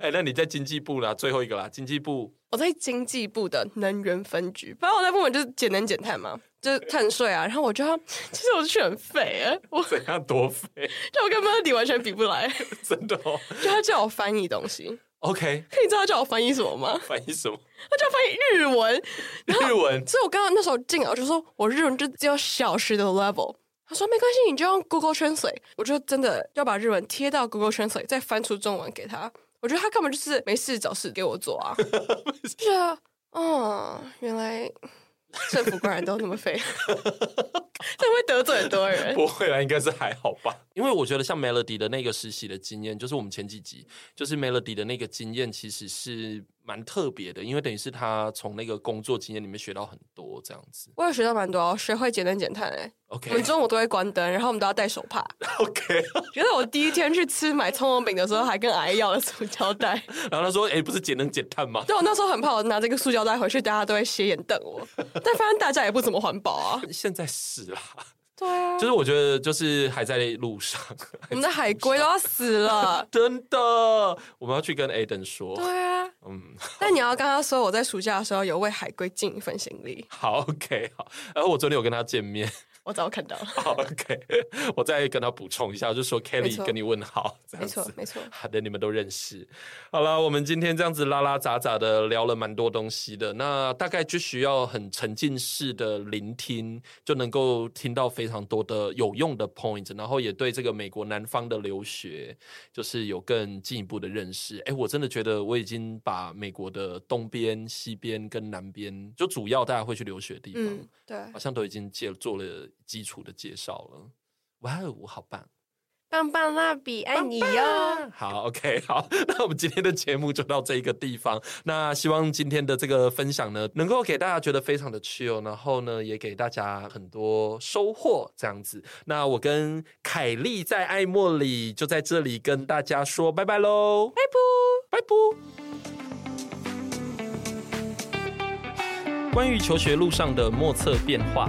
哎、 那你在经济部啦，最后一个啦，经济部。
我在经济部的能源分局，反正我那部门就是节能减碳嘛，就是碳税啊。然后我就要，其实我去很废哎、我
怎样多费？
就我跟 Melody 完全比不 来，
真的哦。
就他叫我翻译东西，
OK，
可你知道他叫我翻译什么吗？
翻译什么？
他叫我翻译日文，
日文
所以我刚刚那时候进来，我就说我日文就只有小时的 level。他说没关系，你就用 Google Translate。我就真的要把日文贴到 Google Translate，再翻出中文给他。我觉得他根本就是没事找事给我做啊。是啊，哦，原来政府官员都那么废，这会得罪很多人。
不会啊啦，应该是还好吧。因为我觉得像 Melody 的那个实习的经验，就是我们前几集就是 Melody 的那个经验，其实是蛮特别的，因为等于是他从那个工作经验里面学到很多这样子。
我也学到蛮多哦，学会节能减碳哎、我们
OK
中午都会关灯，然后我们都要戴手帕。
OK，
觉得我第一天去吃买葱油饼的时候，还跟阿姨要了塑胶袋。
然后他说：“哎、不是节能减碳吗？”
对我啊那时候很怕，我拿这个塑胶袋回去，大家都会斜眼瞪我。但发现大家也不怎么环保啊。
现在是啦，
对啊
就，是我觉得就是还在路上，。
我们的海龟都要死 了
真的，我们要去跟 Aden 说，
对啊，
嗯，
但你要跟他说，我在暑假的时候有为海龟尽一份心力。
好，OK，好，然后我昨天有跟他见面，
我早看到了，
好，OK，我 再跟他补充一下，就说
没
Kelly
错
跟你问好，这
没
样
错
子，。
没错。
好的，你们都认识。好了，我们今天这样子拉拉杂杂的聊了蛮多东西的，那大概就需要很沉浸式的聆听，就能够听到非常多的有用的 point，然后也对这个美国南方的留学就是有更进一步的认识。哎，我真的觉得我已经把美国的东边、西边跟南边，就主要大家会去留学的地方，
嗯，对。
好像都已经介做了基础的介绍了。哇哦，好棒！
棒棒蜡笔爱你哟。
好，OK，好， 那我们今天的节目就到这一个地方。那希望今天的这个分享呢，能够给大家觉得非常的 chill，然后呢，也给大家很多收获这样子。那我跟凯莉在爱茉里就在这里跟大家说拜拜喽，拜不，拜不。关于求学路上的莫测变化，